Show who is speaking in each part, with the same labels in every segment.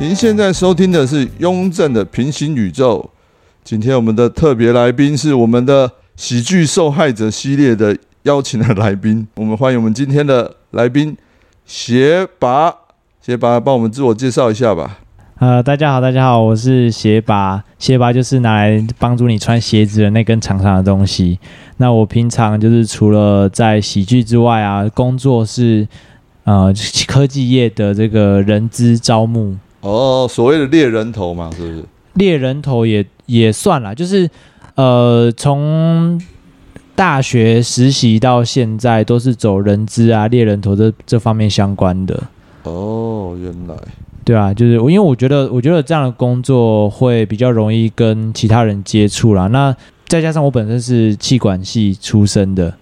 Speaker 1: 您现在收听的是雍正的平行宇宙。今天我们的特别来宾是我们的喜剧受害者系列的邀请的来宾， 我们欢迎我们今天的来宾鞋拔。鞋拔，帮我们自我介绍一下吧。
Speaker 2: 呃，大家好，大家好，我是鞋拔。鞋拔就是拿来帮助你穿鞋子的那根长长的东西。那我平常就是除了在喜剧之外啊，工作是呃科技业的这个人资招募，
Speaker 1: 哦，所谓的猎人头嘛，是不是？
Speaker 2: 猎人头也也算啦，就是呃从大学实习到现在都是走人资啊、猎人头这这方面相关的。
Speaker 1: 哦，原来
Speaker 2: 对啊，就是我，因为我觉得，我觉得这样的工作会比较容易跟其他人接触啦。那再加上我本身是气管系出身的，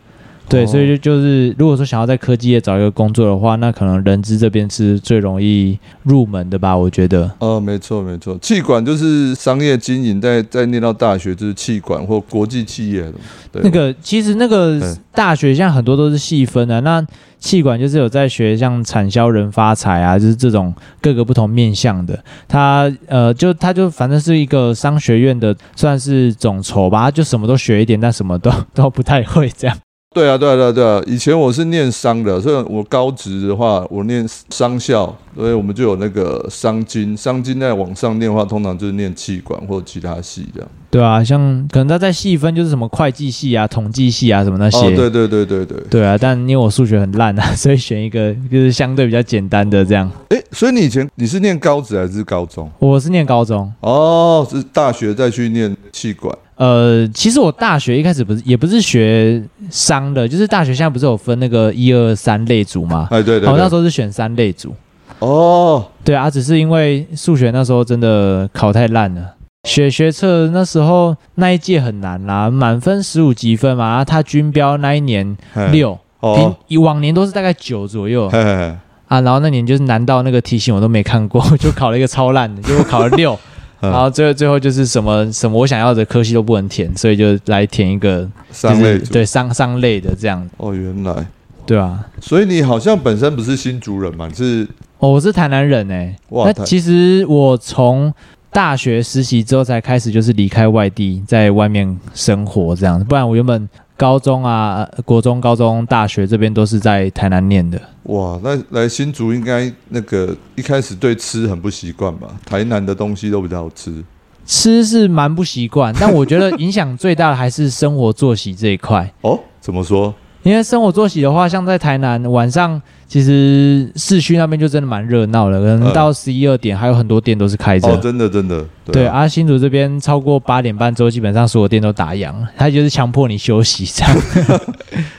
Speaker 2: 对，
Speaker 1: 哦
Speaker 2: 所以就就是如果说想要在科技业找一个工作的话，那可能人资这边是最容易入门的吧，我觉得。
Speaker 1: 哦，没错没错，气管就是商业经营，在在念到大学就是气管或国际企业的嘛。对，
Speaker 2: 那个其实那个
Speaker 1: 嗯
Speaker 2: 大学现在很多都是细分的、那气管就是有在学像产销人发财啊，就是这种各个不同面向的。他呃，就他就反正是一个商学院的，算是总筹吧，他就什么都学一点，但什么都 都不太会这样。
Speaker 1: 对啊对啊对啊对啊，以前我是念商的，所以我高职的话，我念商校，所以我们就有那个商经，商经在往上念的话，通常就是念气管或其他系这样。
Speaker 2: 对啊，像可能他在细分就是什么会计系啊、统计系啊什么那些。
Speaker 1: 哦，对对对对对，
Speaker 2: 对啊，但因为我数学很烂啊，所以选一个就是相对比较简单的这样。
Speaker 1: 哎，所以你以前你是念高职还是高中？
Speaker 2: 我是念高中，
Speaker 1: 哦，是大学再去念气管。
Speaker 2: 呃，其实我大学一开始不是也不是学商的，就是大学现在不是有分那个一二三类组吗？
Speaker 1: 哎，对对
Speaker 2: 我、那
Speaker 1: 对
Speaker 2: 时，候是选三类组，
Speaker 1: 哦，
Speaker 2: 对啊，只是因为数学那时候真的考太烂了。学学测那时候那一届很难啦，满分十五几分嘛，啊他均标那一年
Speaker 1: 嘿，
Speaker 2: 六、平
Speaker 1: 哦，
Speaker 2: 以往年都是大概九左右
Speaker 1: 嘿嘿嘿
Speaker 2: 啊，然后那年就是难到那个题型我都没看过， 就考了一个超烂的，结果考了六，
Speaker 1: 嗯
Speaker 2: 然后最后最后就是什么什么我想要的科系都不能填，所以就来填一个
Speaker 1: 三类
Speaker 2: 就
Speaker 1: 组
Speaker 2: 是、对商商类的这样，
Speaker 1: 哦，原来，
Speaker 2: 对啊。
Speaker 1: 所以你好像本身不是新竹人嘛？你是
Speaker 2: 哦，我是台南人哎、
Speaker 1: 哇，
Speaker 2: 那
Speaker 1: 台
Speaker 2: 其实我从大学实习之后才开始就是离开外地，在外面生活这样，不然我原本高中啊、呃国中、高中、大学这边都是在台南念的。
Speaker 1: 哇，那来新竹应该那个一开始对吃很不习惯吧？台南的东西都比较好吃
Speaker 2: 吃是蛮不习惯，但我觉得影响最大的还是生活作息这一块。
Speaker 1: 哦。怎么说？
Speaker 2: 因为生活作息的话，像在台南晚上，其实市区那边就真的蛮热闹的，可能
Speaker 1: 嗯
Speaker 2: 到十一二点，还有很多店都是开着。
Speaker 1: 哦，真的真的，
Speaker 2: 对
Speaker 1: 啊，
Speaker 2: 啊，新竹这边超过八点半之后，基本上所有店都打烊，他就是强迫你休息这 样。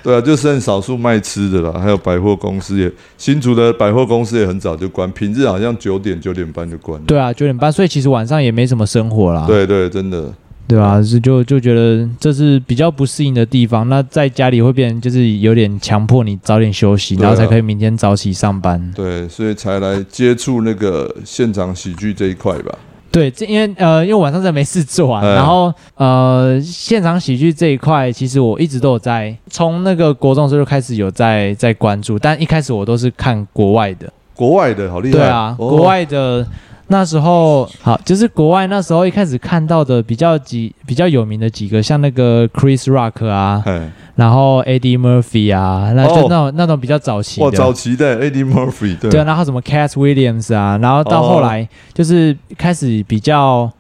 Speaker 1: 对啊，就剩少数卖吃的了，还有百货公司也，新竹的百货公司也很早就关，平日好像九点九点半就关了。
Speaker 2: 对啊啊，九点半，所以其实晚上也没什么生活啦。
Speaker 1: 对对，真的，
Speaker 2: 对啊，是就就觉得这是比较不适应的地方。那在家里会变成就是有点强迫你早点休息，
Speaker 1: 对啊
Speaker 2: 然后才可以明天早起上班。
Speaker 1: 对，所以才来接触那个现场喜剧这一块吧。
Speaker 2: 对，这因为呃，因为晚上真的没事做啊，
Speaker 1: 嗯
Speaker 2: 然后呃，现场喜剧这一块，其实我一直都有在，从那个国中的时候就开始有在在关注，但一开始我都是看国外的，
Speaker 1: 国外的好厉害，
Speaker 2: 对啊，
Speaker 1: 哦
Speaker 2: 国外的那时候好，就是国外那时候一开始看到的比较几比较有名的几个，像那个 Chris Rock 啊，
Speaker 1: 嘿
Speaker 2: 然后 Eddie Murphy 啊，那就
Speaker 1: 哦
Speaker 2: 那种、那种比较早期
Speaker 1: 哇，
Speaker 2: 的，啊
Speaker 1: 早期的 Eddie Murphy，对，
Speaker 2: 对啊，然后什么 Cat Williams 啊，然后到
Speaker 1: 哦
Speaker 2: 后来就是开始比较。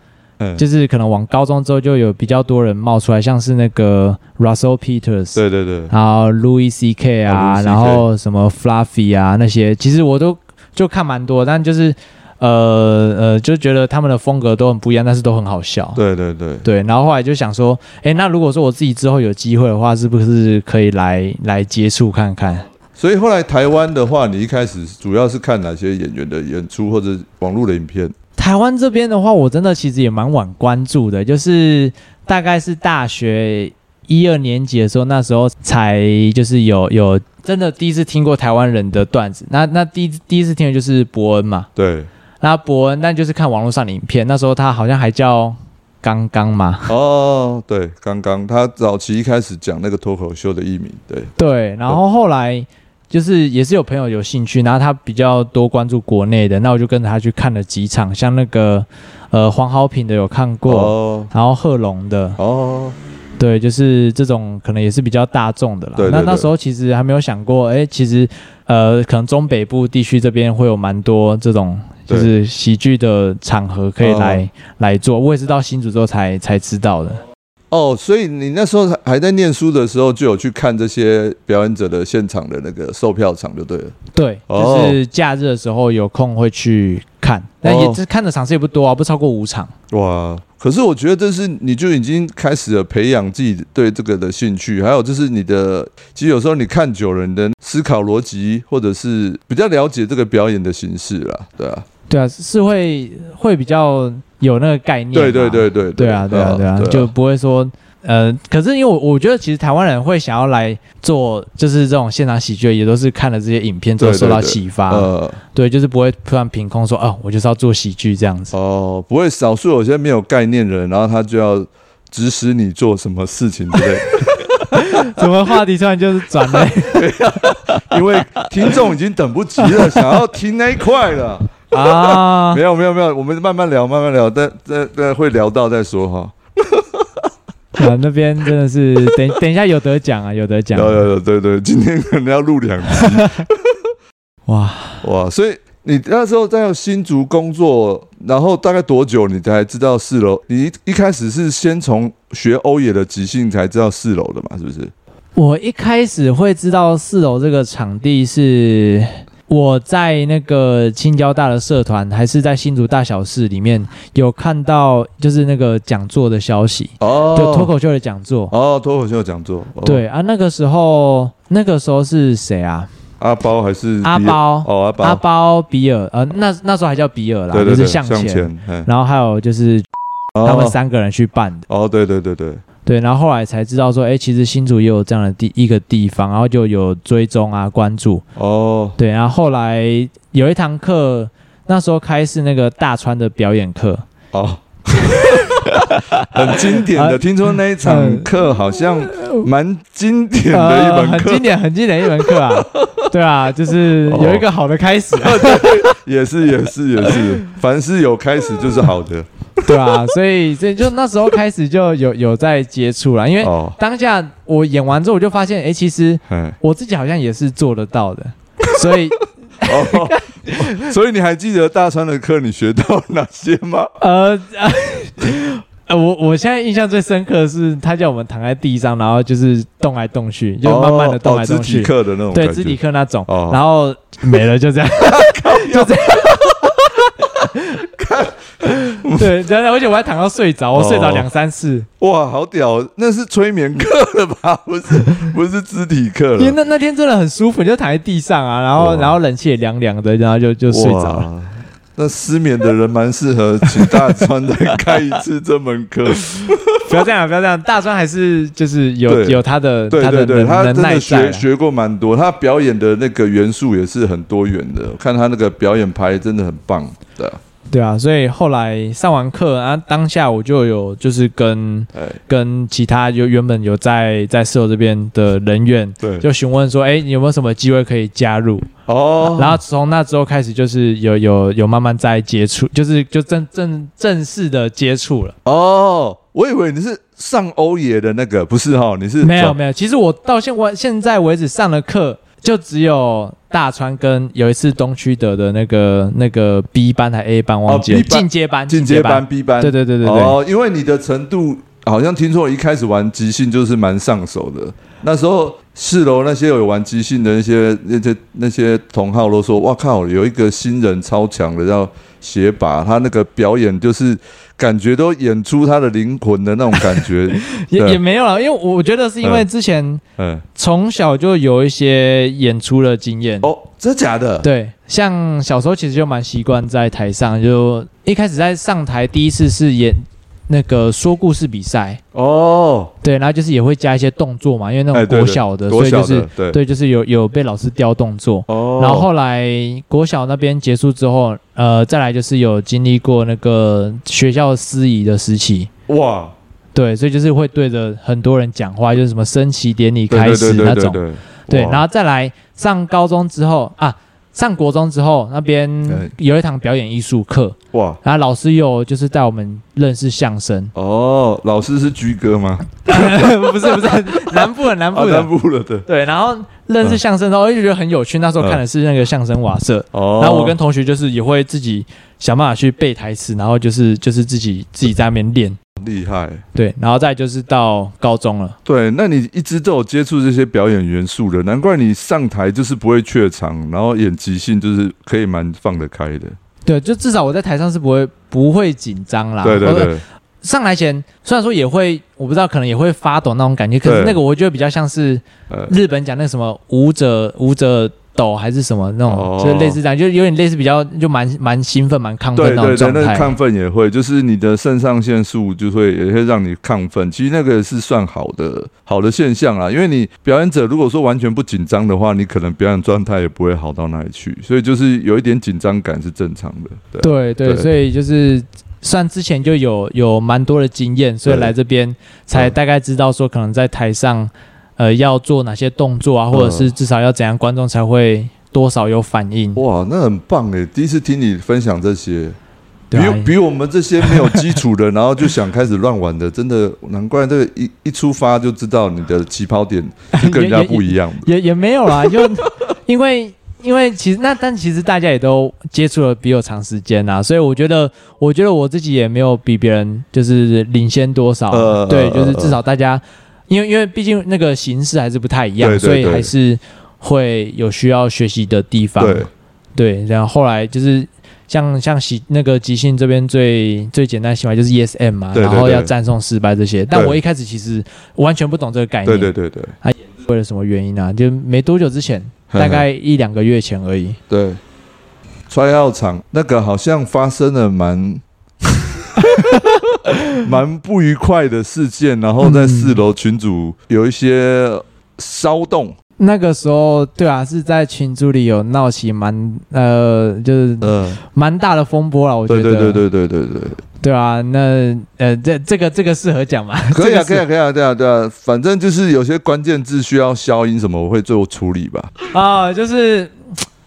Speaker 1: 嗯
Speaker 2: 就是可能往高中之后就有比较多人冒出来，像是那个 Russell Peters，
Speaker 1: 对对对，
Speaker 2: 然后 Louis C K 啊，
Speaker 1: 哦，Louis CK
Speaker 2: 然后什么 Fluffy 啊那些，其实我都就看蛮多，但就是呃呃，就觉得他们的风格都很不一样，但是都很好笑。
Speaker 1: 对对对，
Speaker 2: 对，然后后来就想说，哎，那如果说我自己之后有机会的话，是不是可以来来接触看看？
Speaker 1: 所以后来台湾的话，你一开始主要是看哪些演员的演出或者网络的影片？
Speaker 2: 台湾这边的话，我真的其实也蛮晚关注的，就是大概是大学一二年级的时候，那时候才就是有有真的第一次听过台湾人的段子。那那第一第一次听的就是伯恩嘛，
Speaker 1: 对，
Speaker 2: 那伯恩那就是看网络上的影片，那时候他好像还叫刚刚嘛，
Speaker 1: 哦，对，刚刚他早期一开始讲那个脱口秀的艺名，对，
Speaker 2: 对，然后后来。就是也是有朋友有兴趣，然后他比较多关注国内的，那我就跟着他去看了几场，像那个呃黄好品的有看过，
Speaker 1: 哦
Speaker 2: 然后贺龙的，
Speaker 1: 哦，
Speaker 2: 对，就是这种可能也是比较大众的啦。
Speaker 1: 对对
Speaker 2: 那那
Speaker 1: 对
Speaker 2: 时候其实还没有想过，哎，其实呃，可能中北部地区这边会有蛮多这种就
Speaker 1: 对
Speaker 2: 是喜剧的场合可以
Speaker 1: 哦
Speaker 2: 来、来做。我也是到新竹之后才才知道的。
Speaker 1: 哦，所以你那时候还在念书的时候，就有去看这些表演者的现场的那个售票场，就对了。
Speaker 2: 对，
Speaker 1: 哦
Speaker 2: 就是假日的时候有空会去看，但也、
Speaker 1: 哦
Speaker 2: 这看的场次也不多啊，不超过五场。
Speaker 1: 哇！可是我觉得这是你就已经开始了培养自己对这个的兴趣，还有就是你的，其实有时候你看久了，你的思考逻辑或者是比较了解这个表演的形式啦，对啊，
Speaker 2: 对啊，是会会比较有那个概念嘛。
Speaker 1: 对对对对
Speaker 2: 对啊，对啊，对啊，就不会说，呃，可是因为我我觉得其实台湾人会想要来做，就是这种现场喜剧，也都是看了这些影片之后
Speaker 1: 对对
Speaker 2: 受到
Speaker 1: 对
Speaker 2: 启发，
Speaker 1: 呃
Speaker 2: 对，就是不会突然凭空说，哦、我就是要做 喜剧这样子，
Speaker 1: 哦，不会少数有些没有概念的人，然后他就要指使你做什么事情之类 的，
Speaker 2: 怎么话题突然就是 转了
Speaker 1: 因为听众已经等不及了，想要听那一块 了。
Speaker 2: 啊
Speaker 1: 没？有没有没有，我们慢慢聊，慢慢聊，但但但会聊到再说哈。
Speaker 2: 啊那边真的是，等等一下有得奖啊，有得奖，
Speaker 1: 有有有，对对，今天可能要录两集
Speaker 2: 哇，
Speaker 1: 哇！所以你那时候在新竹工作，然后大概多久你才知道四楼？你一一开始是先从学欧野的即兴才知道四楼的嘛？是不是？
Speaker 2: 我一开始会知道四楼这个场地是我在那个青交大的社团，还是在新竹大小事里面有看到，就是那个讲座的消息，
Speaker 1: 哦
Speaker 2: 就脱口秀的讲座。
Speaker 1: 哦，脱口秀讲座，哦、
Speaker 2: 对啊，那个时候那个时候是谁啊？
Speaker 1: 阿包还是
Speaker 2: 阿
Speaker 1: 比
Speaker 2: 包
Speaker 1: 哦，阿包，
Speaker 2: 阿包、比尔，呃，那那时候还叫比尔啦，
Speaker 1: 对对
Speaker 2: 就
Speaker 1: 对，
Speaker 2: 是向
Speaker 1: 前，哦
Speaker 2: 前。
Speaker 1: 嗯
Speaker 2: 然后还有就是他们三个人去办的，
Speaker 1: 哦，哦对对对对，
Speaker 2: 对，然后后来才知道说，哎，其实新竹也有这样的地一个地方，然后就有追踪啊、关注，
Speaker 1: 哦
Speaker 2: 对，然后后来有一堂课，那时候开是那个大川的表演课，
Speaker 1: 哦。 很经典的，
Speaker 2: 啊
Speaker 1: 听说那一
Speaker 2: 嗯
Speaker 1: 场课好像蛮经典的一
Speaker 2: 呃，
Speaker 1: 门
Speaker 2: 很
Speaker 1: 课，
Speaker 2: 经典、 很经典的一门课啊，对啊，就是有一个好的开始、啊，
Speaker 1: 哦也是也是也是，凡是有开始就是好的
Speaker 2: 对啊，所以所以就那时候开始就有有在接触了，因为
Speaker 1: 哦。
Speaker 2: 当下我演完之后，我就发现，哎，其实
Speaker 1: 嗯，
Speaker 2: 我自己好像也是做得到的，所以
Speaker 1: 哦，所以你还记得大川的课你学到哪些吗？
Speaker 2: 呃。 呃呃我我现在印象最深刻的是，他叫我们躺在地上，然后就是动来动去，就慢慢的动
Speaker 1: 哦，
Speaker 2: 来
Speaker 1: 肢
Speaker 2: 动去。
Speaker 1: 体课的那种
Speaker 2: 对，
Speaker 1: 感
Speaker 2: 肢
Speaker 1: 觉
Speaker 2: 体课那种，
Speaker 1: 哦
Speaker 2: 然后没了，就 这样，就这样。对，然后而且我还躺到睡着，我睡着
Speaker 1: 哦
Speaker 2: 两三次。
Speaker 1: 哇，好屌！哦那是催眠课了吧？ 不是，不是肢体课
Speaker 2: 因为
Speaker 1: 了。
Speaker 2: 那那天真的很舒服，你就躺在地上啊，然后
Speaker 1: 哇
Speaker 2: 然后冷气也凉凉的，然后就就睡着了。
Speaker 1: 哇。那失眠的人蛮适合请大川再开一次这门 课。
Speaker 2: 不要这样，不要这样，大川还是就是有
Speaker 1: 对
Speaker 2: 有他的
Speaker 1: 对
Speaker 2: 的
Speaker 1: 对对，
Speaker 2: 能
Speaker 1: 他真
Speaker 2: 能耐
Speaker 1: 的
Speaker 2: 在
Speaker 1: 学
Speaker 2: 啊。
Speaker 1: 学过蛮多，他表演的那个元素也是很多元的。看他那个表演牌真的很棒，对啊，
Speaker 2: 对啊，所以后来上完课啊，当下我就有就是跟
Speaker 1: 哎，
Speaker 2: 跟其他就原本有在在室友这边的人员
Speaker 1: 对，
Speaker 2: 就询问说，哎、你有没有什么机会可以加入？
Speaker 1: 哦，
Speaker 2: 然后从那之后开始，就是有有有慢慢在接触，就是就正正正式的接触了。
Speaker 1: 哦，我以为你是上欧爷的那个，不是哈、你是
Speaker 2: 没有
Speaker 1: 转
Speaker 2: 没有，其实我到现我现在为止上的课就只有大川跟有一次东区德的那个那个 B 班还 A 班忘记了
Speaker 1: 哦，B 班
Speaker 2: 进阶班
Speaker 1: 进阶班、，B 班，
Speaker 2: 对对对对对。
Speaker 1: 哦，因为你的程度好像听说一开始玩即兴就是蛮上手的，那时候四楼那些有玩即兴的那些那些那些同号都说，哇靠，有一个新人超强的叫鞋拔，他那个表演就是感觉都演出他的灵魂的那种感 觉，
Speaker 2: 也
Speaker 1: 对
Speaker 2: 也没有了，因为我我觉得是因为
Speaker 1: 嗯
Speaker 2: 之前
Speaker 1: 嗯，
Speaker 2: 从小就有一些演出的经验，
Speaker 1: 哦，真假的？
Speaker 2: 对，像小时候其实就蛮习惯在台上，就一开始在上台第一次是演那个说故事比赛，
Speaker 1: 哦，
Speaker 2: 对，然后就是也会加一些动作嘛，因为那
Speaker 1: 哎
Speaker 2: 种
Speaker 1: 对
Speaker 2: 国小的，
Speaker 1: 多小
Speaker 2: 所以
Speaker 1: 的
Speaker 2: 就是，
Speaker 1: 对，
Speaker 2: 对，就是有有被老师调动作。
Speaker 1: 哦，
Speaker 2: 然后后来国小那边结束之后，呃，再来就是有经历过那个学校司仪的时期，
Speaker 1: 哇，
Speaker 2: 对，所以就是会对着很多人讲话，就是什么升旗典礼
Speaker 1: 对
Speaker 2: 开
Speaker 1: 对
Speaker 2: 始
Speaker 1: 对
Speaker 2: 那
Speaker 1: 对对
Speaker 2: 种，
Speaker 1: 对，
Speaker 2: 对，
Speaker 1: 哇
Speaker 2: 然后再来上高中之后啊，上国中之后，那边
Speaker 1: 对
Speaker 2: 有一堂表演艺术课，
Speaker 1: 哇，，
Speaker 2: 然后老师有就是带我们认识相声
Speaker 1: 哦，老师是居哥吗？
Speaker 2: 不是不是，南部的南
Speaker 1: 啊，
Speaker 2: 部的
Speaker 1: 南。部了对。
Speaker 2: 对，然后认识相声之后，我就觉得很有趣。那时候看的是那个相声瓦舍，
Speaker 1: 嗯哦，
Speaker 2: 然后我跟同学就是也会自己想办法去背台词，然后就是就是自己自己在那边练。
Speaker 1: 厉害。
Speaker 2: 对，然后再就是到高中了。
Speaker 1: 对，那你一直都有接触这些表演元素的，难怪你上台就是不会怯场，然后演即兴就是可以蛮放得开的。
Speaker 2: 对，就至少我在台上是不会不会紧张啦。
Speaker 1: 对对
Speaker 2: 啊或者
Speaker 1: 对，
Speaker 2: 上来前虽然说也会，我不知道可能也会发抖那种感觉，可是
Speaker 1: 对
Speaker 2: 那个我觉得比较像是
Speaker 1: 呃，
Speaker 2: 日本讲那个什么舞 者舞者抖还是什么那种，
Speaker 1: 哦
Speaker 2: 就是类似这样，就是有点类似比较就蛮蛮兴奋蛮亢
Speaker 1: 对
Speaker 2: 奋那
Speaker 1: 对对，
Speaker 2: 种状
Speaker 1: 那
Speaker 2: 态。
Speaker 1: 亢奋也会，就是你的肾上腺素就会也会让你亢奋，其实那个是算好的好的现象啦，因为你表演者如果说完全不紧张的话，你可能表演状态也不会好到哪里去，所以就是有一点紧张感是正常的。对，
Speaker 2: 对对，
Speaker 1: 对
Speaker 2: 所以就是算之前就有有蛮多的经验，所以
Speaker 1: 对
Speaker 2: 来这边才
Speaker 1: 嗯
Speaker 2: 大概知道说可能在台上，呃，要做哪些动作啊，或者
Speaker 1: 嗯
Speaker 2: 是至少要怎样观众才会多少有反应。
Speaker 1: 哇，那很棒诶，第一次听你分享这些，比
Speaker 2: 对啊
Speaker 1: 比我们这些没有基础 的，然后就想开始乱玩的，真的难怪这个一一出发就知道你的起跑点是跟人家不一样的。
Speaker 2: 也也没 有啦，就因为因为其实那但其实大家也都接触了比我长时间啦，所以我觉得我觉得我自己也没有比别人就是领先多少，啊
Speaker 1: 呃
Speaker 2: 对，
Speaker 1: 呃
Speaker 2: 就是
Speaker 1: 呃
Speaker 2: 至少大家因为因为毕竟那个形式还是不太一样，
Speaker 1: 对对
Speaker 2: 所以
Speaker 1: 对
Speaker 2: 还是会有需要学习的地方，
Speaker 1: 对，
Speaker 2: 对，然后后来就是。像像喜那个即兴这边最最简单的喜法就是 ESM 嘛，
Speaker 1: 对对
Speaker 2: 然后
Speaker 1: 对
Speaker 2: 要赞颂失败这些。但
Speaker 1: 对
Speaker 2: 我一开始其实完全不懂这个概念，
Speaker 1: 对对对对，
Speaker 2: 为了什么原因啊？就没多久之前，大概一两个月前而已。
Speaker 1: 对，try out 场那个好像发生了 蛮蛮不愉快的事件，然后在四楼群组有一些骚动，
Speaker 2: 那个时候，对啊，是在群组里有闹起蛮呃，就是
Speaker 1: 嗯，
Speaker 2: 蛮大的风波了。我觉
Speaker 1: 对
Speaker 2: 得，
Speaker 1: 对对对对对 对，
Speaker 2: 对啊，那呃，这这个这个适合讲嘛？
Speaker 1: 可以啊可
Speaker 2: 这
Speaker 1: 以啊可以啊对啊对啊，反正就是有些关键字需要消音什么，我会做处理 吧，
Speaker 2: 个是啊，就是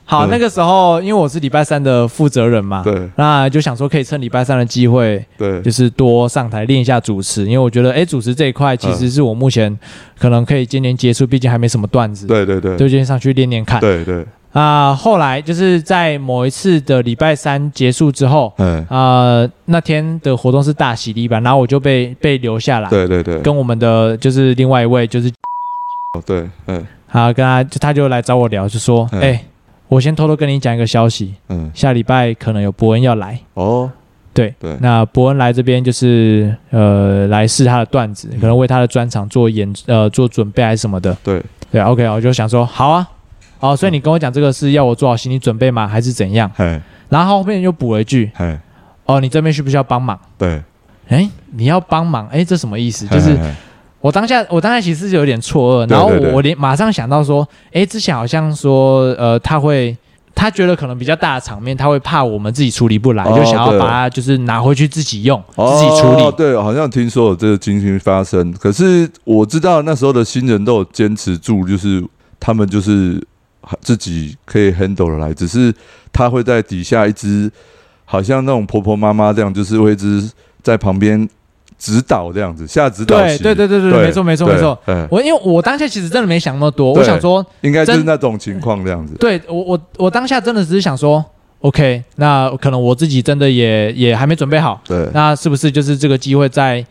Speaker 2: 好，
Speaker 1: 嗯
Speaker 2: 那个时候因为我是礼拜三的负责人嘛，
Speaker 1: 对
Speaker 2: 那就想说可以趁礼拜三的机会，
Speaker 1: 对
Speaker 2: 就。是多上台练一下主持，因为我觉得哎，主持这一块其实
Speaker 1: 嗯
Speaker 2: 是我目前可能可以渐渐接触，毕竟还没什么段子，，
Speaker 1: 对对对
Speaker 2: 就先上去练练看。
Speaker 1: 对对，
Speaker 2: 啊、后来就是在某一次的礼拜三结束之后，
Speaker 1: 嗯，
Speaker 2: 呃，那天的活动是大喜力吧，然后我就被被留下来，
Speaker 1: 对对对，
Speaker 2: 跟我们的就是另外一位就是
Speaker 1: 哦对，嗯
Speaker 2: 啊，跟他就他就来找我聊，就说，哎、
Speaker 1: 嗯
Speaker 2: 我先偷偷跟你讲一个消息，
Speaker 1: 嗯，
Speaker 2: 下礼拜可能有伯恩要来。
Speaker 1: 哦，
Speaker 2: 对
Speaker 1: 对
Speaker 2: 那伯恩来这边就是呃来试他的段
Speaker 1: 嗯
Speaker 2: 子，可能为他的专场做演呃做准备还是什么的。
Speaker 1: 对
Speaker 2: 对，OK，我就想说好啊，好，所以你跟我讲这个是要我做好心理准备吗？还是怎样？
Speaker 1: 嘿
Speaker 2: 然后后面又补了一句
Speaker 1: 嘿，：“
Speaker 2: 哦，你这边需不需要帮忙
Speaker 1: 对，？”
Speaker 2: 哎，你要帮忙？哎，这什么意思？就是
Speaker 1: 嘿嘿
Speaker 2: 我当下，我当下其实是有点错愕，
Speaker 1: 对
Speaker 2: 然后
Speaker 1: 对对
Speaker 2: 我我连马上想到说，哎，之前好像说，呃，他会，他觉得可能比较大的场面，他会怕我们自己处理不来，
Speaker 1: 哦
Speaker 2: 就想要
Speaker 1: 对
Speaker 2: 把它就是拿回去自己用，
Speaker 1: 哦
Speaker 2: 自己处理。
Speaker 1: 对，好像听说有这个情形发生，可是我知道那时候的新人都有坚持住，就是他们就是自己可以 handle 得来，只是他会在底下一直好像那种婆婆妈妈这样，就是会一直在旁边指导这样子，下指导
Speaker 2: 对
Speaker 1: 棋
Speaker 2: 对对对对，
Speaker 1: 对
Speaker 2: 没错没错
Speaker 1: 对
Speaker 2: 没错。
Speaker 1: 嗯，
Speaker 2: 我因为我当下其实真的没想那么多，
Speaker 1: 对
Speaker 2: 我想说，
Speaker 1: 应该就是
Speaker 2: 真
Speaker 1: 那种情况这样子，
Speaker 2: 对我我我当下真的只是想说，OK，那可能我自己真的也也还没准备好，
Speaker 1: 对
Speaker 2: 那是不是就是这个机会再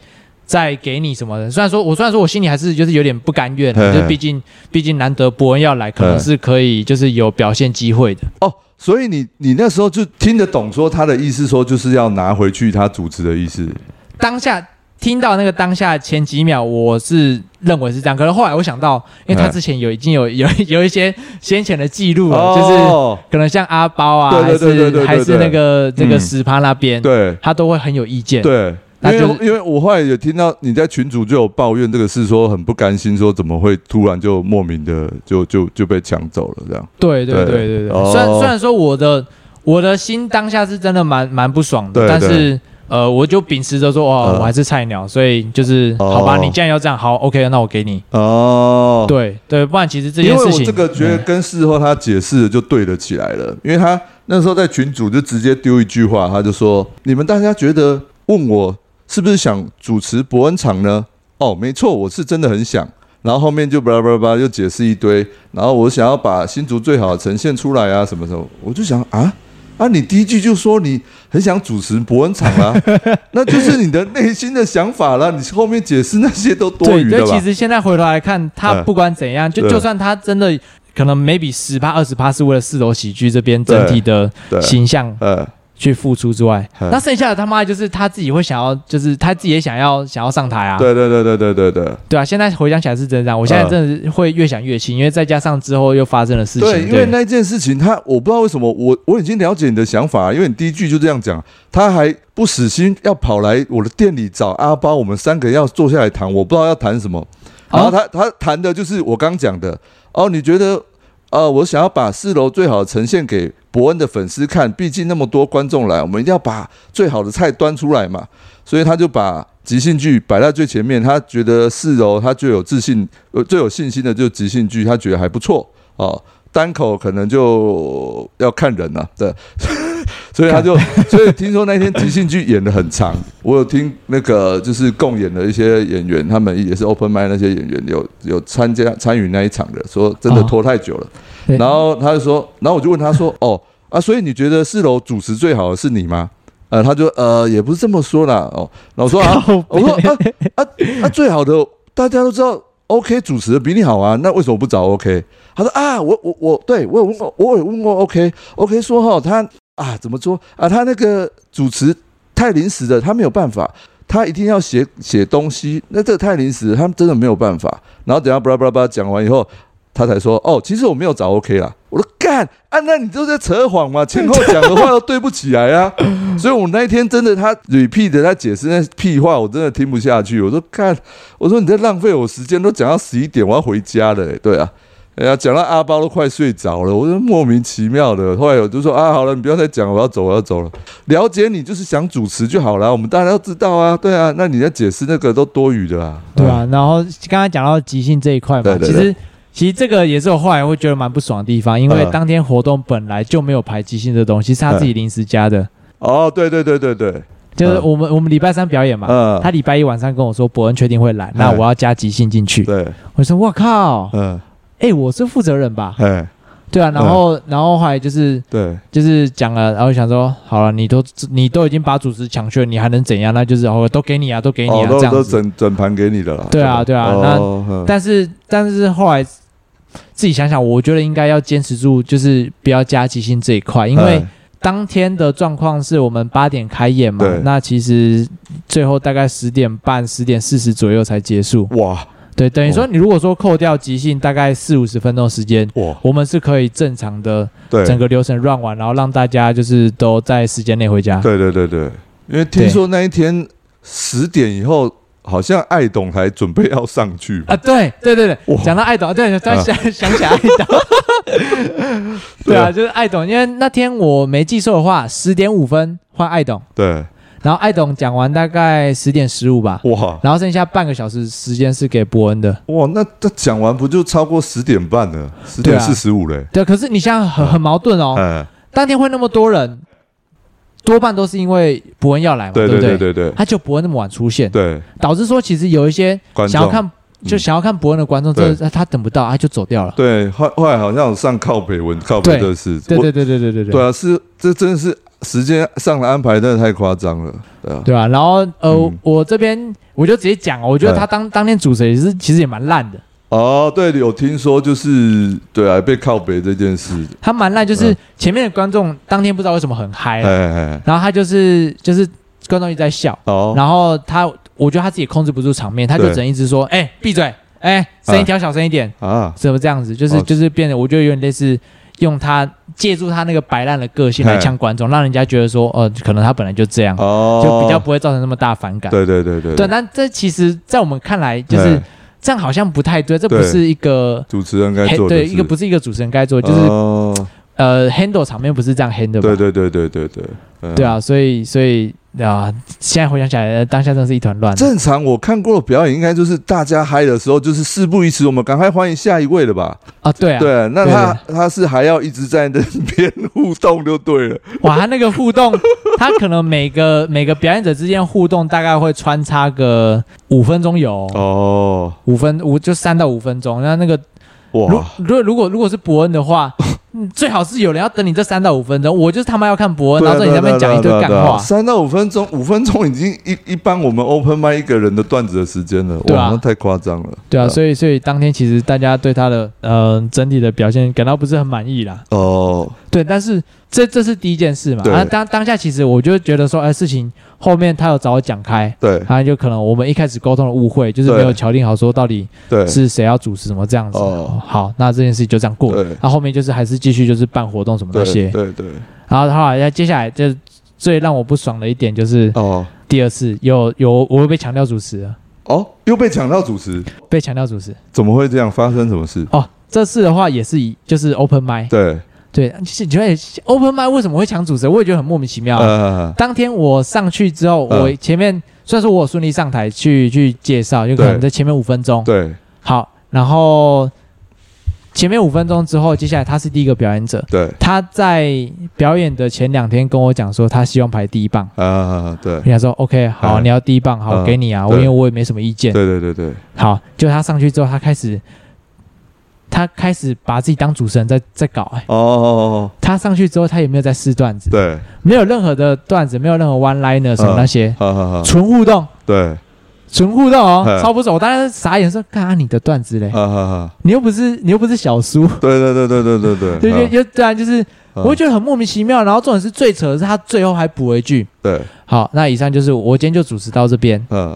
Speaker 2: 再给你什么的？虽然说我虽然说我心里还是就是有点不甘愿啊，
Speaker 1: 嘿
Speaker 2: 就毕竟毕竟难得伯恩要来，可能是可以就是有表现机会的。
Speaker 1: 哦。所以你你那时候就听得懂，说他的意思，说就是要拿回去他主持的意思，
Speaker 2: 当下听到那个当下前几秒，我是认为是这样，可是后来我想到，因为他
Speaker 1: 嗯
Speaker 2: 之前有已经有 有有一些先前的记录了，就是
Speaker 1: 哦
Speaker 2: 可能像阿包啊，
Speaker 1: 对
Speaker 2: 还
Speaker 1: 对对对
Speaker 2: 是
Speaker 1: 对
Speaker 2: 还
Speaker 1: 对
Speaker 2: 是
Speaker 1: 对
Speaker 2: 那个这个
Speaker 1: 嗯
Speaker 2: 石趴那边，
Speaker 1: 对，
Speaker 2: 他都会很有意见。
Speaker 1: 对，因
Speaker 2: 那
Speaker 1: 为、
Speaker 2: 就是
Speaker 1: 因为我后来也听到你在群主就有抱怨这个事，说很不甘心，说怎么会突然就莫名的就就就被抢走了这样。
Speaker 2: 对对
Speaker 1: 对
Speaker 2: 对对对，
Speaker 1: 哦
Speaker 2: 虽然虽然说我的我的心当下是真的蛮蛮不爽的，
Speaker 1: 对
Speaker 2: 但是呃，我就秉持着说，哦，
Speaker 1: 呃
Speaker 2: 我还是菜鸟，所以就是
Speaker 1: 哦
Speaker 2: 好吧，你既然要这样，好，OK，那我给你。
Speaker 1: 哦，
Speaker 2: 对对，不然其实这
Speaker 1: 因
Speaker 2: 件
Speaker 1: 为
Speaker 2: 事
Speaker 1: 我
Speaker 2: 情，嗯
Speaker 1: 这个觉得跟事后他解释的就对得起来了，因为他那时候在群组就直接丢一句话，他就说：“你们大家觉得问我是不是想主持伯恩场呢？”哦，没错，我是真的很想。然后后面就巴拉巴拉巴拉又解释一堆，然后我想要把新竹最好的呈现出来啊，什么什么，我就想啊啊，你第一句就说你很想主持伯恩场啊， 那就是你的内心的想法啦，你后面解释那些都多
Speaker 2: 对
Speaker 1: 余的
Speaker 2: 对，
Speaker 1: 吧
Speaker 2: 其？实现在回头来看，他
Speaker 1: 嗯
Speaker 2: 不管怎样，就
Speaker 1: 对
Speaker 2: 就算他真的可能 maybe 十趴二十趴是为了四楼喜剧这边
Speaker 1: 对
Speaker 2: 整体的
Speaker 1: 对，
Speaker 2: 形象
Speaker 1: 呃，
Speaker 2: 去付出之外，
Speaker 1: 嗯
Speaker 2: 那剩下的他妈就是他自己会想要，就是他自己也想要想要上台啊，
Speaker 1: 对对对对对对对。
Speaker 2: 对啊，现在回想起来是真的这样，我现在
Speaker 1: 嗯
Speaker 2: 真的会越想越气，因为再加上之后又发生了事情，
Speaker 1: 对，因为那件事情他，我不知道为什么，我我已经了解你的想法，因为你第一句就这样讲，他还不死心要跑来我的店里找阿包，我们三个要坐下来谈，我不知道要谈什么。然后他、他谈的就是我刚讲的哦，你觉得呃，我想要把四楼最好的呈现给伯恩的粉丝看，毕竟那么多观众来，我们一定要把最好的菜端出来嘛。所以他就把即兴剧摆在最前面，他觉得四楼他最有自信，呃，最有信心的就是即兴剧，他觉得还不错哦。单口可能就要看人了、对。 所以他就，所以听说那天即兴剧演的很长，我有听那个就是共演的一些演员，他们也是 open mic 那些演员有有参加参与那一场的，说真的
Speaker 2: 哦
Speaker 1: 拖太久了。
Speaker 2: 对
Speaker 1: 然后他就说，然后我就问他说，哦啊，所以你觉得四楼主持最好的是你吗？呃，他就呃也不是这么说啦，哦，然后我说啊，
Speaker 2: 靠
Speaker 1: 我
Speaker 2: 北
Speaker 1: 说啊啊啊，最好的大家都知道，OK 主持的比你好啊，那为什么不找 OK？他说啊，我我我对我有问过，我有问过 OK，OK、说哈，他啊怎么说啊，他那个主持太临时的，他没有办法。他一定要写写东西，那这个太临时了，他们真的没有办法。然后等一下巴拉巴拉巴拉讲完以后，他才说：“哦，其实我没有找 OK 啦。”我说：“干啊，那你都在扯谎嘛，前后讲的话都对不起来啊。”所以，我那一天真的他 repeat 的他解释那屁话，我真的听不下去。我说：“干，我说你在浪费我时间，都讲到十一点，我要回家了、欸。”对啊。哎呀，讲到阿包都快睡着了，我就莫名其妙的。后来我就说啊，好了，你不要再讲了，我要走，我要走了。了解你就是想主持就好了，我们大家都知道啊，对啊。那你在解释那个都多余的啊，
Speaker 2: 对啊，然后刚才讲到即兴这一块嘛，
Speaker 1: 对对
Speaker 2: 其实其实这个也是我后来会觉得蛮不爽的地方，因为
Speaker 1: 嗯
Speaker 2: 当天活动本来就没有排即兴这东西，是他自己临时加的，
Speaker 1: 哦，对对对对对，
Speaker 2: 就是
Speaker 1: 嗯
Speaker 2: 我们我们礼拜三表演嘛，
Speaker 1: 嗯
Speaker 2: 他礼拜一晚上跟我说伯恩确定会来，那
Speaker 1: 嗯
Speaker 2: 我要加即兴进去，
Speaker 1: 对，
Speaker 2: 我说我靠，
Speaker 1: 嗯，
Speaker 2: 哎，我是负责人吧？
Speaker 1: 哎，
Speaker 2: 对啊，然后
Speaker 1: 嗯
Speaker 2: 然后后来就是
Speaker 1: 对，
Speaker 2: 就是讲了，然后想说好了，你都你都已经把主持抢去了，你还能怎样？那就是哦都给你啊，都给你
Speaker 1: 哦
Speaker 2: 啊，，
Speaker 1: 都
Speaker 2: 这样
Speaker 1: 都
Speaker 2: 子。
Speaker 1: 整整盘给你的了啦。
Speaker 2: 对啊对啊那
Speaker 1: 哦嗯
Speaker 2: 但是但是后来自己想想，我觉得应该要坚持住，就是不要加即兴这一块，因为
Speaker 1: 哎
Speaker 2: 当天的状况是我们八点开演嘛
Speaker 1: 对，
Speaker 2: 那其实最后大概十点半、十点四十左右才结束。
Speaker 1: 哇
Speaker 2: 对，等
Speaker 1: 哦
Speaker 2: 于说你如果说扣掉即兴，大概四五十分钟的时间，
Speaker 1: 哇，
Speaker 2: 我们是可以正常的
Speaker 1: 对，
Speaker 2: 整个流程 run 完，然后让大家就是都在时间内回家。
Speaker 1: 对对对对，因为听
Speaker 2: 对
Speaker 1: 说那一天十点以后，好像艾董还准备要上去吧
Speaker 2: 啊，对对对对
Speaker 1: 哇，
Speaker 2: 讲到爱董，
Speaker 1: 嗯
Speaker 2: 对，突然想、想起来爱 董，对啊，就是爱董，因为那天我没记错的话，十点五分换爱董，
Speaker 1: 对，
Speaker 2: 然后爱董讲完大概十点十五吧，
Speaker 1: 哇
Speaker 2: 然后剩下半个小时时间是给伯恩的。
Speaker 1: 哇，那这讲完不就超过十点半了？十
Speaker 2: 对
Speaker 1: 点
Speaker 2: 啊
Speaker 1: 四十五嘞。
Speaker 2: 对，可是你想想很很矛盾哦，
Speaker 1: 哎，
Speaker 2: 当天会那么多人，多半都是因为伯恩要来嘛，
Speaker 1: 对
Speaker 2: 不
Speaker 1: 对对对
Speaker 2: 他就伯恩那么晚出现，
Speaker 1: 对，
Speaker 2: 导致说其实有一些
Speaker 1: 观
Speaker 2: 想要
Speaker 1: 众
Speaker 2: 看就
Speaker 1: 嗯
Speaker 2: 想要看伯恩的观众，
Speaker 1: 对
Speaker 2: 这他等不到，他就走掉了。
Speaker 1: 对，后后来好像有上靠北文靠北
Speaker 2: 对
Speaker 1: 这事，
Speaker 2: 对
Speaker 1: 我
Speaker 2: 对对对对对对
Speaker 1: 对啊，是这真的是时间上的安排真的太夸张了，对啊，
Speaker 2: 对啊，然后呃，
Speaker 1: 嗯
Speaker 2: 我这边我就直接讲哦，我觉得他当当天主持也是其实也蛮烂的，
Speaker 1: 哦，对，有听说就是对啊，被靠北这件事，
Speaker 2: 他蛮烂，就是
Speaker 1: 嗯
Speaker 2: 前面的观众当天不知道为什么很
Speaker 1: 哎，
Speaker 2: 嗨
Speaker 1: 哎哎，
Speaker 2: 然后他就是就是观众一直在笑，
Speaker 1: 哦，
Speaker 2: 然后他我觉得他自己控制不住场面，他就
Speaker 1: 对
Speaker 2: 只能一直说，哎，闭嘴，哎，声音调小声一点，
Speaker 1: 啊，
Speaker 2: 怎么这样子，就是
Speaker 1: 哦
Speaker 2: 就是变得我觉得有点类似。用他借助他那个摆烂的个性来
Speaker 1: 嘿
Speaker 2: 呛观众，让人家觉得说，呃，可能他本来就这样，
Speaker 1: 嗯哦，
Speaker 2: 就比较不会造成那么大反感。
Speaker 1: 对对对对
Speaker 2: 对，那这其实，在我们看来，就是
Speaker 1: 哎
Speaker 2: 这样好像不太对，这不
Speaker 1: 对
Speaker 2: 是一个
Speaker 1: 主持人该
Speaker 2: 嘿
Speaker 1: 做的
Speaker 2: 对
Speaker 1: 事，
Speaker 2: 一个不是一个主持人该做，就是、
Speaker 1: 哦
Speaker 2: 呃 handle 场面不是这样 handle 吧？
Speaker 1: 对对对对对对，嗯
Speaker 2: 对，啊，所以所以啊，现在回想起来，呃当下真的是一团乱。
Speaker 1: 正常我看过的表演，应该就是大家嗨的时候，就是事不宜迟，我们赶快欢迎下一位了吧？
Speaker 2: 啊，对啊，
Speaker 1: 对，那他他是还要一直在那边 互动就对了。
Speaker 2: 哇，他那个互动，他可能每个每个表演者之间互动大概会穿插个五分钟有哦，
Speaker 1: 哦，
Speaker 2: 五分五就三到五分钟。那那个如
Speaker 1: 哇，
Speaker 2: 如如果如果是伯恩 的话，嗯最好是有人要等你这三到五分钟。我就是他妈要看伯恩，
Speaker 1: 对
Speaker 2: 然
Speaker 1: 啊
Speaker 2: 后在你那边讲一堆
Speaker 1: 对啊
Speaker 2: 干
Speaker 1: 对啊对啊
Speaker 2: 话。
Speaker 1: 三到五分钟，五分钟已经一一般我们 open m i 一个人的段子的时间了，
Speaker 2: 对啊
Speaker 1: 哇，那太夸张了。
Speaker 2: 对啊，所以所以当天其实大家对他的呃整体的表现感到不是很满意啦。
Speaker 1: 哦，
Speaker 2: 对，但是这这是第一件事嘛。
Speaker 1: 对
Speaker 2: 啊，当当下其实我就觉得说，哎、事情后面他有找我讲开，
Speaker 1: 对
Speaker 2: 他就可能我们一开始沟通的误会，就是
Speaker 1: 对
Speaker 2: 没有敲定好说到底
Speaker 1: 对，
Speaker 2: 是谁要主持什么这样子。
Speaker 1: 哦
Speaker 2: 好，那这件事就这样过了
Speaker 1: 对。
Speaker 2: 那后面就是还是继续就是办活动什么那些
Speaker 1: 对。对对，
Speaker 2: 然后后来接下来就最让我不爽的一点就是
Speaker 1: 哦
Speaker 2: 第二次有有我又被强调主持了，
Speaker 1: 哦，又被抢到主持，
Speaker 2: 被强调主持。
Speaker 1: 怎么会这样？发生什么事？
Speaker 2: 哦，这次的话也是以就是 open m i
Speaker 1: 对，
Speaker 2: 对，其实你觉得 open m i 为什么会抢主持？我也觉得很莫名其妙啊。
Speaker 1: 呃，
Speaker 2: 当天我上去之后，
Speaker 1: 嗯
Speaker 2: 我前面、虽然说我有顺利上台去去介绍，就可能
Speaker 1: 对
Speaker 2: 在前面五分钟，
Speaker 1: 对
Speaker 2: 好，然后前面五分钟之后，接下来他是第一个表演者，
Speaker 1: 对，
Speaker 2: 他在表演的前两天跟我讲说，他希望排第一棒。
Speaker 1: 啊，对
Speaker 2: 我，想说，OK，好，
Speaker 1: 嗯
Speaker 2: 你要第一棒，好，
Speaker 1: 嗯
Speaker 2: 我给你啊，我因
Speaker 1: 对
Speaker 2: 为我也没什么意见。
Speaker 1: 对对对对，
Speaker 2: 好，就他上去之后，他开始，他开始把自己当主持人在在搞、哎，
Speaker 1: 哦哦哦，哦
Speaker 2: 他上去之后，他也没有在试段子，
Speaker 1: 对，
Speaker 2: 没有任何的段子，没有任何 one liner 什
Speaker 1: 嗯
Speaker 2: 么那些，
Speaker 1: 哈哈哈，
Speaker 2: 纯互动，
Speaker 1: 对，
Speaker 2: 纯互动哦，
Speaker 1: 嗯
Speaker 2: 超不爽。我当时傻眼说，看啊你的段子嘞，
Speaker 1: 哈哈哈，
Speaker 2: 你又不是你又不是小苏，
Speaker 1: 啊对对对对对 对
Speaker 2: 就就
Speaker 1: 对，
Speaker 2: 就对啊，就是
Speaker 1: 嗯
Speaker 2: 我会觉得很莫名其妙。然后重点是最扯的是，他最后还补了一句。
Speaker 1: 对，
Speaker 2: 好，那以上就是我今天就主持到这边，
Speaker 1: 嗯，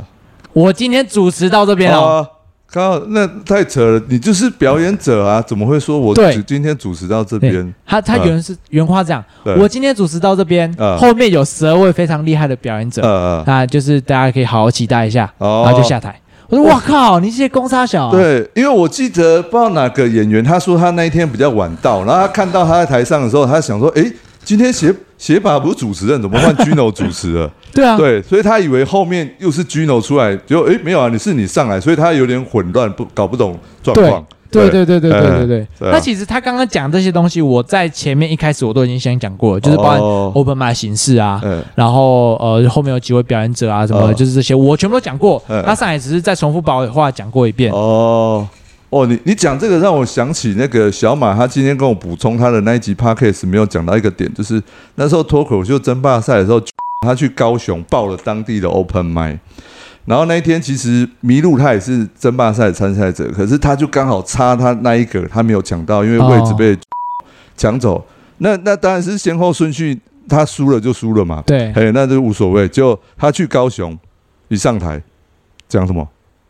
Speaker 2: 我今天主持到这边哦。
Speaker 1: 啊，靠，那太扯了，你就是表演者啊，怎么会说我
Speaker 2: 对
Speaker 1: 只今天主持到这
Speaker 2: 对
Speaker 1: 边？，
Speaker 2: 他他原是原话这样，
Speaker 1: 对，
Speaker 2: 我今天主持到这边，
Speaker 1: 嗯
Speaker 2: 后面有十二位非常厉害的表演者，
Speaker 1: 呃，呃
Speaker 2: 那就是大家可以好好期待一下，然
Speaker 1: 哦，
Speaker 2: 后就下台。我说哇靠，你这些公差小啊，
Speaker 1: 对，因为我记得不知道哪个演员，他说他那一天比较晚到，然后他看到他在台上的时候，他想说，诶，今天写写把不是主持人，怎么换 Gino 主持了？
Speaker 2: 对 啊，
Speaker 1: 对，所以他以为后面又是 Gino 出来，结果诶没有啊，你是你上来，所以他有点混乱，不搞不懂状况。
Speaker 2: 对对对对对
Speaker 1: 嗯
Speaker 2: 对对。
Speaker 1: 对啊
Speaker 2: 那其实他刚刚讲这些东西，我在前面一开始我都已经先讲过了，就是包含
Speaker 1: 哦
Speaker 2: open mic 形式啊，
Speaker 1: 嗯
Speaker 2: 然后呃后面有几位表演者啊什么的，
Speaker 1: 嗯
Speaker 2: 就是这些我全部都讲过。
Speaker 1: 嗯
Speaker 2: 他上来只是再重复把我的话讲过一遍。
Speaker 1: 哦。哦，你你讲这个让我想起那个小马，他今天跟我补充他的那一集 podcast 没有讲到一个点，就是那时候脱口秀争霸赛的时候， 他去高雄报了当地的 open mic，然后那一天其实麋鹿他也是争霸赛的参赛者，可是他就刚好差他那一个，他没有抢到，因为位置被 抢走。那那当然是先后顺序，他输了就输了嘛，
Speaker 2: 对，
Speaker 1: 嘿，那就无所谓。就他去高雄，一上台讲什么？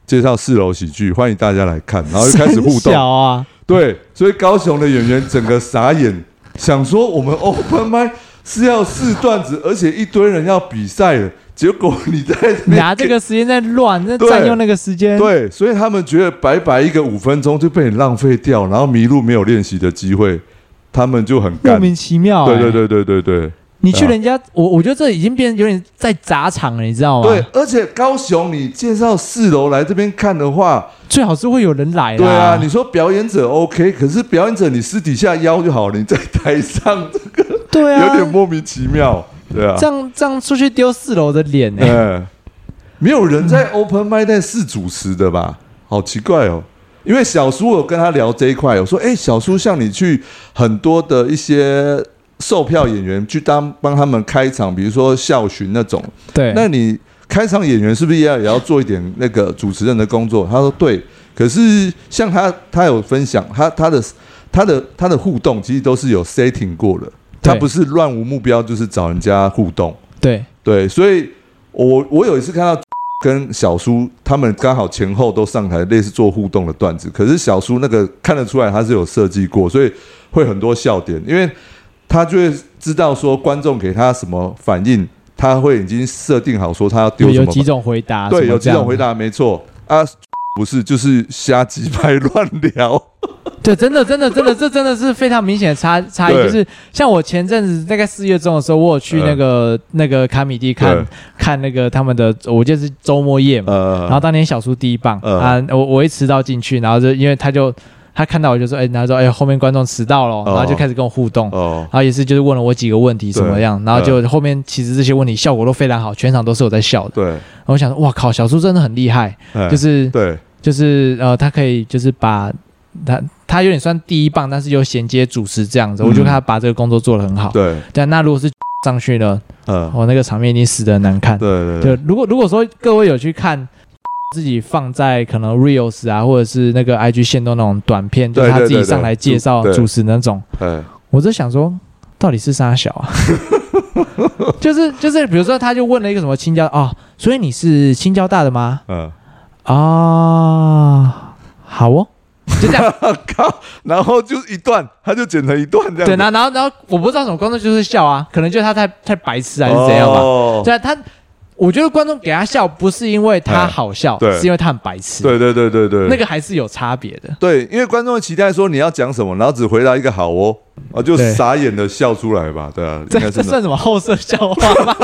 Speaker 1: 介绍四楼喜剧，欢迎大家来看，然后就开始互
Speaker 2: 三小
Speaker 1: 动。
Speaker 2: 啊，
Speaker 1: 对，所以高雄的演员整个傻眼，想说我们 open m i 是要试段子，而且一堆人要比赛了，结果你在那边
Speaker 2: 拿这个时间在乱，那
Speaker 1: 对
Speaker 2: 占用那个时间。
Speaker 1: 对，所以他们觉得白白一个五分钟就被你浪费掉，然后迷路没有练习的机会，他们就很
Speaker 2: 莫
Speaker 1: 干。
Speaker 2: 名其妙、
Speaker 1: 对
Speaker 2: 哎
Speaker 1: 对，啊对对对对。
Speaker 2: 你去人家，我我觉得这已经变得有点在砸场了，你知道吗？
Speaker 1: 对，，而且高雄，你介绍四楼来这边看的话，
Speaker 2: 最好是会有人来啦。
Speaker 1: 对啊，你说表演者 OK，可是表演者你私底下邀就好了，你在台上
Speaker 2: 对啊，
Speaker 1: 有点莫名其妙，对啊
Speaker 2: 这，样这样出去丢四楼的脸哎呢、
Speaker 1: 嗯，没有人在 Open m i 但是主持的吧？好奇怪哦。因为小叔我跟他聊这一块，我说：“哎、小叔，像你去很多的一些售票演员去当帮他们开场，比如说校巡那种，
Speaker 2: 对，
Speaker 1: 那你开场演员是不是也要也要做一点那个主持人的工作？他说对，可是像他他有分享，他他的他的他的互动其实都是有 setting 过的，
Speaker 2: 对
Speaker 1: 他不是乱无目标就是找人家互动。
Speaker 2: 对
Speaker 1: 对，所以我我有一次看到 跟小叔他们刚好前后都上台，类似做互动的段子。可是小叔那个看得出来他是有设计过，所以会很多笑点，因为他就会知道说观众给他什么反应，他会已经设定好说他要丢
Speaker 2: 有
Speaker 1: 什
Speaker 2: 有
Speaker 1: 么
Speaker 2: 几。种回答，
Speaker 1: 对，
Speaker 2: 什么
Speaker 1: 有几
Speaker 2: 这样
Speaker 1: 种回答没错啊，不是就是瞎鸡掰乱聊。
Speaker 2: 对，真的，真的，真的，这真的是非常明显的差差异。
Speaker 1: 对嗯
Speaker 2: 就是像我前阵子大概四月中的时候，我有去那个、那个卡米蒂 看
Speaker 1: 对
Speaker 2: 看那个他们的，我记得是周末夜嘛。
Speaker 1: 呃，
Speaker 2: 然后当年小叔第一棒、
Speaker 1: 嗯
Speaker 2: 啊，我我一迟到进去，然后就因为他就他看到我就说，哎、然后说哎、后面观众迟到了，
Speaker 1: 嗯
Speaker 2: 然后就开始跟我互动。
Speaker 1: 哦
Speaker 2: 然，后也是，就是问了我几个问题什么样，然后
Speaker 1: 嗯
Speaker 2: 就后面其实这些问题效果都非常好，全场都是我在笑的。
Speaker 1: 对，
Speaker 2: 然后我想说，哇靠，小叔真的很厉害，
Speaker 1: 哎
Speaker 2: 就是
Speaker 1: 对，
Speaker 2: 就是呃，他可以就是把他他有点算第一棒，但是又衔接主持这样子，
Speaker 1: 嗯
Speaker 2: 我觉得他把这个工作做得很好。
Speaker 1: 对，
Speaker 2: 但那如果是上去呢，哦
Speaker 1: 嗯，
Speaker 2: 我、那个场面一定死得很难看。
Speaker 1: 对对
Speaker 2: 就
Speaker 1: 对，
Speaker 2: 如果如果说各位有去看。 自己放在可能 reels 啊，或者是那个 IG 线动那种短片，就是
Speaker 1: 对
Speaker 2: 他
Speaker 1: 对
Speaker 2: 自己
Speaker 1: 对
Speaker 2: 上
Speaker 1: 对
Speaker 2: 来介绍
Speaker 1: 对
Speaker 2: 主持那种，
Speaker 1: 哎，
Speaker 2: 我就想说，到底是啥小 啊？就是就是，比如说他就问了一个什么青椒哦，所以你是青椒大的吗？
Speaker 1: 嗯，
Speaker 2: 啊、好哦，就这 样。
Speaker 1: 靠，然后就是一段，他就剪成一段这样子，
Speaker 2: 对，然后然后然后我不知道什么观众就是笑啊，可能就是他太太白痴还是怎样吧。
Speaker 1: 哦
Speaker 2: 对啊，他我觉得观众给他笑不是因为他好笑，
Speaker 1: 对
Speaker 2: 是因为他很白痴。，
Speaker 1: 对对对对对，
Speaker 2: 那个还是有差别的。
Speaker 1: 对，因为观众会期待说你要讲什么，然后只回答一个好哦，啊，就
Speaker 2: 对
Speaker 1: 傻眼的笑出来吧，对啊， 应
Speaker 2: 这
Speaker 1: 该是
Speaker 2: 这算什么后设笑话吗？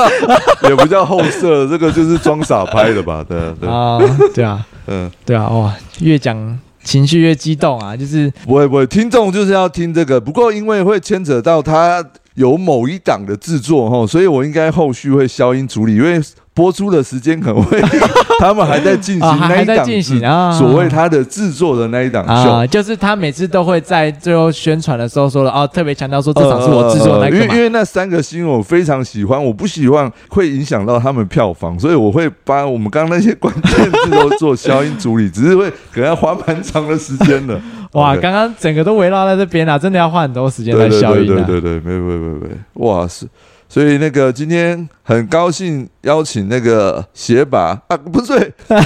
Speaker 1: 那也不叫后设，这个就是装傻拍的吧，对啊 对啊，
Speaker 2: 啊、对啊，
Speaker 1: 嗯，
Speaker 2: 对啊，哇，越讲情绪越激动啊，就是
Speaker 1: 不会不会，听众就是要听这个，不过因为会牵扯到他有某一档的制作哈，所以我应该后续会消音处理，因为播出的时间可能会 他们还在进行
Speaker 2: 啊还
Speaker 1: 那一
Speaker 2: 还在
Speaker 1: 档
Speaker 2: 进
Speaker 1: 制
Speaker 2: 行啊
Speaker 1: 所谓他的制作的那一档秀
Speaker 2: 啊、。就是他每次都会在最后宣传的时候说了哦，特别强调说
Speaker 1: 呃
Speaker 2: 这场是我制作的那
Speaker 1: 因
Speaker 2: 个
Speaker 1: 为
Speaker 2: 嘛。
Speaker 1: 因为那三个新闻我非常喜欢，我不喜欢会影响到他们票房，所以我会把我们刚刚那些关键字都做消音处理，只是会可能要花蛮长的时间的。
Speaker 2: 哇，
Speaker 1: OK
Speaker 2: 刚刚整个都围绕在这边啊，真的要花很多时间
Speaker 1: 对
Speaker 2: 来
Speaker 1: 对
Speaker 2: 效
Speaker 1: 对
Speaker 2: 应
Speaker 1: 对
Speaker 2: 啊。
Speaker 1: 对对，没有没有没有没有，哇是。所以那个今天很高兴邀请那个鞋拔啊，不对，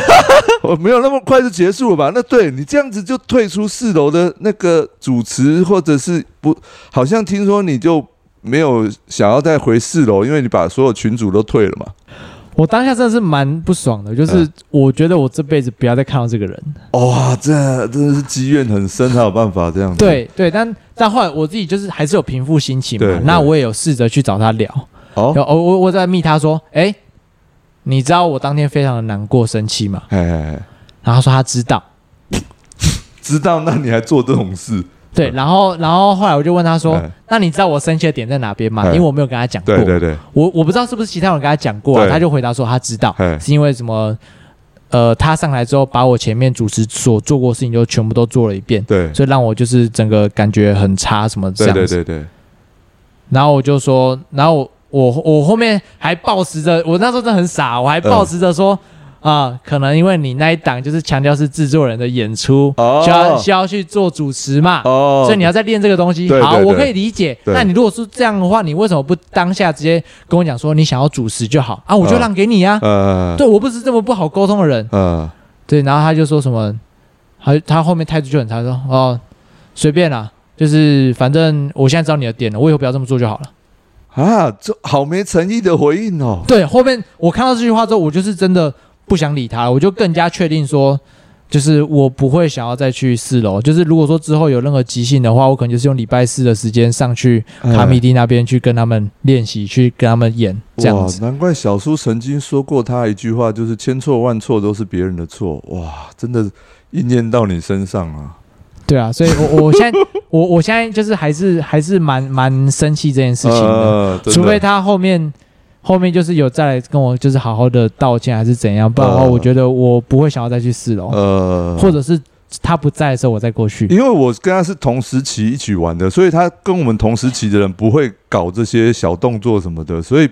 Speaker 1: 我没有那么快就结束了吧？那对你这样子就退出四楼的那个主持，或者是不，好像听说你就没有想要再回四楼，因为你把所有群主都退了嘛。
Speaker 2: 我当下真的是蛮不爽的，
Speaker 1: 嗯
Speaker 2: 就是我觉得我这辈子不要再看到这个人。
Speaker 1: 哇、这真的是积怨很深，才有办法这样子。
Speaker 2: 对对，但但后来我自己就是还是有平复心情嘛
Speaker 1: 对，
Speaker 2: 那
Speaker 1: 对
Speaker 2: 我也有试着去找他聊，
Speaker 1: 哦
Speaker 2: 有，我我我在密他说，哎、你知道我当天非常的难过生气吗？
Speaker 1: 哎哎，哎
Speaker 2: 然后他说他知道，
Speaker 1: 知道那你还做这种事？
Speaker 2: 对，然后然后后来我就问他说，
Speaker 1: 哎
Speaker 2: 那你知道我生气的点在哪边吗？
Speaker 1: 哎
Speaker 2: 因为我没有跟他讲过，
Speaker 1: 对对对，
Speaker 2: 我我不知道是不是其他人跟他讲过、啊，
Speaker 1: 对
Speaker 2: 他就回答说他知道，
Speaker 1: 哎
Speaker 2: 是因为什么？呃，他上来之后把我前面主持所做过的事情就全部都做了一遍，
Speaker 1: 对
Speaker 2: 所以让我就是整个感觉很差什么这
Speaker 1: 对
Speaker 2: 样子。
Speaker 1: 对对对。
Speaker 2: 然后我就说，然后我我我后面还抱持着，我那时候真的很傻，我还抱持着说。
Speaker 1: 嗯
Speaker 2: 啊、可能因为你那一档就是强调是制作人的演出，
Speaker 1: 哦
Speaker 2: 需要需要去做主持嘛，
Speaker 1: 哦，
Speaker 2: 所以你要再练这个东西。
Speaker 1: 对
Speaker 2: 好，
Speaker 1: 对
Speaker 2: 我
Speaker 1: 对
Speaker 2: 可以理解。
Speaker 1: 对
Speaker 2: 那你如果是这样的话，你为什么不当下直接跟我讲说你想要主食就好啊？我就
Speaker 1: 嗯
Speaker 2: 让给你啊。
Speaker 1: 呃，
Speaker 2: 对，我不是这么不好沟通的人。
Speaker 1: 呃，
Speaker 2: 对，然后他就说什么，他他后面态度就很差，说哦随便啦，就是反正我现在知道你的点了，我以后不要这么做就好了。
Speaker 1: 啊，这好没诚意的回应哦。
Speaker 2: 对，后面我看到这句话之后，我就是真的不想理他了，我就更加确定说。就是我不会想要再去四楼，就是如果说之后有任何即兴的话，我可能就是用礼拜四的时间上去
Speaker 1: 呃
Speaker 2: 卡
Speaker 1: 哎
Speaker 2: 米蒂那边去跟他们练习，去跟他们演这样子。
Speaker 1: 哇，难怪小叔曾经说过他一句话，就是千错万错都是别人的错。哇，真的应验到你身上啊。
Speaker 2: 对啊，所以我我现在 我我现在就是还是还是蛮蛮生气这件事情的，
Speaker 1: 呃、真的
Speaker 2: 除非他后面后面就是有再来跟我就是好好的道歉还是怎样，不然的话
Speaker 1: 呃
Speaker 2: 我觉得我不会想要再去四楼，
Speaker 1: 呃，
Speaker 2: 或者是他不在的时候我再过去。
Speaker 1: 因为我跟他是同时期一起玩的，所以他跟我们同时期的人不会搞这些小动作什么的，所以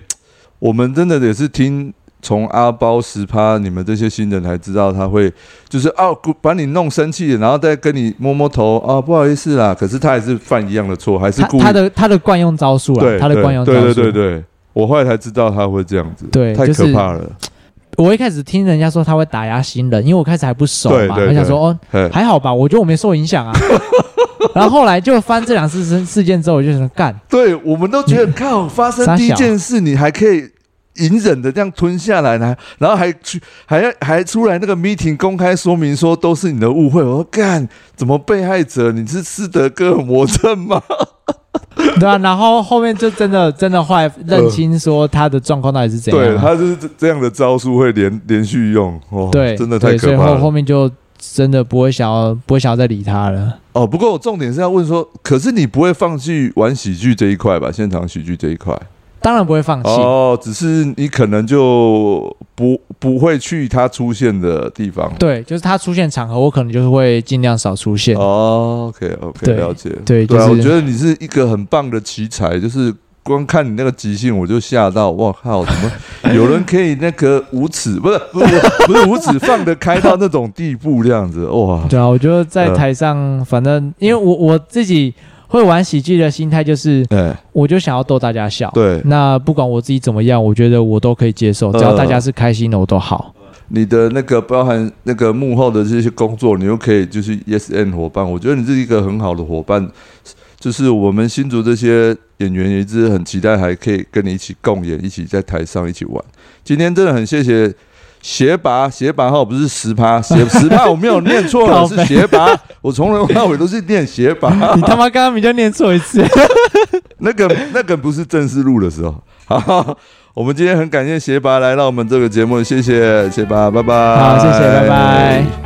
Speaker 1: 我们真的也是听从阿包十趴你们这些新人才知道他会就是哦把你弄生气，然后再跟你摸摸头啊、不好意思啦，可是他还是犯一样的错，还是
Speaker 2: 他
Speaker 1: 故意
Speaker 2: 他的他的惯用招数啦，
Speaker 1: 对
Speaker 2: 他的
Speaker 1: 对
Speaker 2: 惯用招
Speaker 1: 对
Speaker 2: 数。
Speaker 1: 对对对，我后来才知道他会这样子，
Speaker 2: 对
Speaker 1: 太
Speaker 2: 就是
Speaker 1: 可怕了，
Speaker 2: 我一开始听人家说他会打压新人，因为我开始还不熟
Speaker 1: 对
Speaker 2: 嘛，
Speaker 1: 对
Speaker 2: 我想
Speaker 1: 对
Speaker 2: 说哦
Speaker 1: 嘿
Speaker 2: 还好吧，我觉得我没受影 响啊。然后后来就翻这两次事事件之后，我就想干，嗯
Speaker 1: 对，我们都觉得靠，发生
Speaker 2: 傻
Speaker 1: 第一
Speaker 2: 小
Speaker 1: 件事，你还可以隐忍的这样吞下来呢，然后还去还要还出来那个 meeting 公开说明说都是你的误会。我说干，怎么被害者？你是斯德哥尔摩症吗？
Speaker 2: 对啊，然后后面就真的真的后来认清说他的状况到底是怎样
Speaker 1: 对，
Speaker 2: 啊、
Speaker 1: 他就是这这样的招数会连连续用，哦，
Speaker 2: 对，
Speaker 1: 真的
Speaker 2: 对
Speaker 1: 太
Speaker 2: 所以
Speaker 1: 可怕
Speaker 2: 后后
Speaker 1: 了。
Speaker 2: 面就真的不会想要不会想要再理他了。
Speaker 1: 哦，不过我重点是要问说，可是你不会放弃玩喜剧这一块吧？现场喜剧这一块？
Speaker 2: 当然不会放弃，
Speaker 1: 哦，只是你可能就不不会去他出现的地方。
Speaker 2: 对，就是他出现场合，我可能就会尽量少出现。
Speaker 1: 哦，OK OK，
Speaker 2: 对
Speaker 1: 了解。
Speaker 2: 对
Speaker 1: 对啊，
Speaker 2: 就是
Speaker 1: 我觉得你是一个很棒的奇才，就是光看你那个即兴，我就吓到，哇靠，怎 么有人可以那个无耻，不是不是不是无耻放得开到那种地步这样子，哇，
Speaker 2: 对啊，我觉得在
Speaker 1: 嗯
Speaker 2: 台上，反正因为我我自己会玩喜剧的心态就是，
Speaker 1: 哎，
Speaker 2: 我就想要逗大家笑。
Speaker 1: 对，
Speaker 2: 那不管我自己怎么样，我觉得我都可以接受，只要
Speaker 1: 嗯
Speaker 2: 大家是开心的，我都好。
Speaker 1: 你的那个包含那个幕后的这些工作，你又可以就是 Yes and 伙伴，我觉得你是一个很好的伙伴，就是我们新竹这些演员也一直很期待，还可以跟你一起共演，一起在台上一起玩。今天真的很谢谢学拔，学拔号不是十趴，学十趴我没有念错 了，
Speaker 2: 靠
Speaker 1: 是
Speaker 2: 北
Speaker 1: 学拔，我从头到尾都是念学拔
Speaker 2: 你，他妈刚刚明就念错一次，
Speaker 1: 那个那个不是正式录的时候。 好，我们今天很感谢学拔来到我们这个节目，谢谢学拔，拜拜。
Speaker 2: 好，谢谢，拜拜。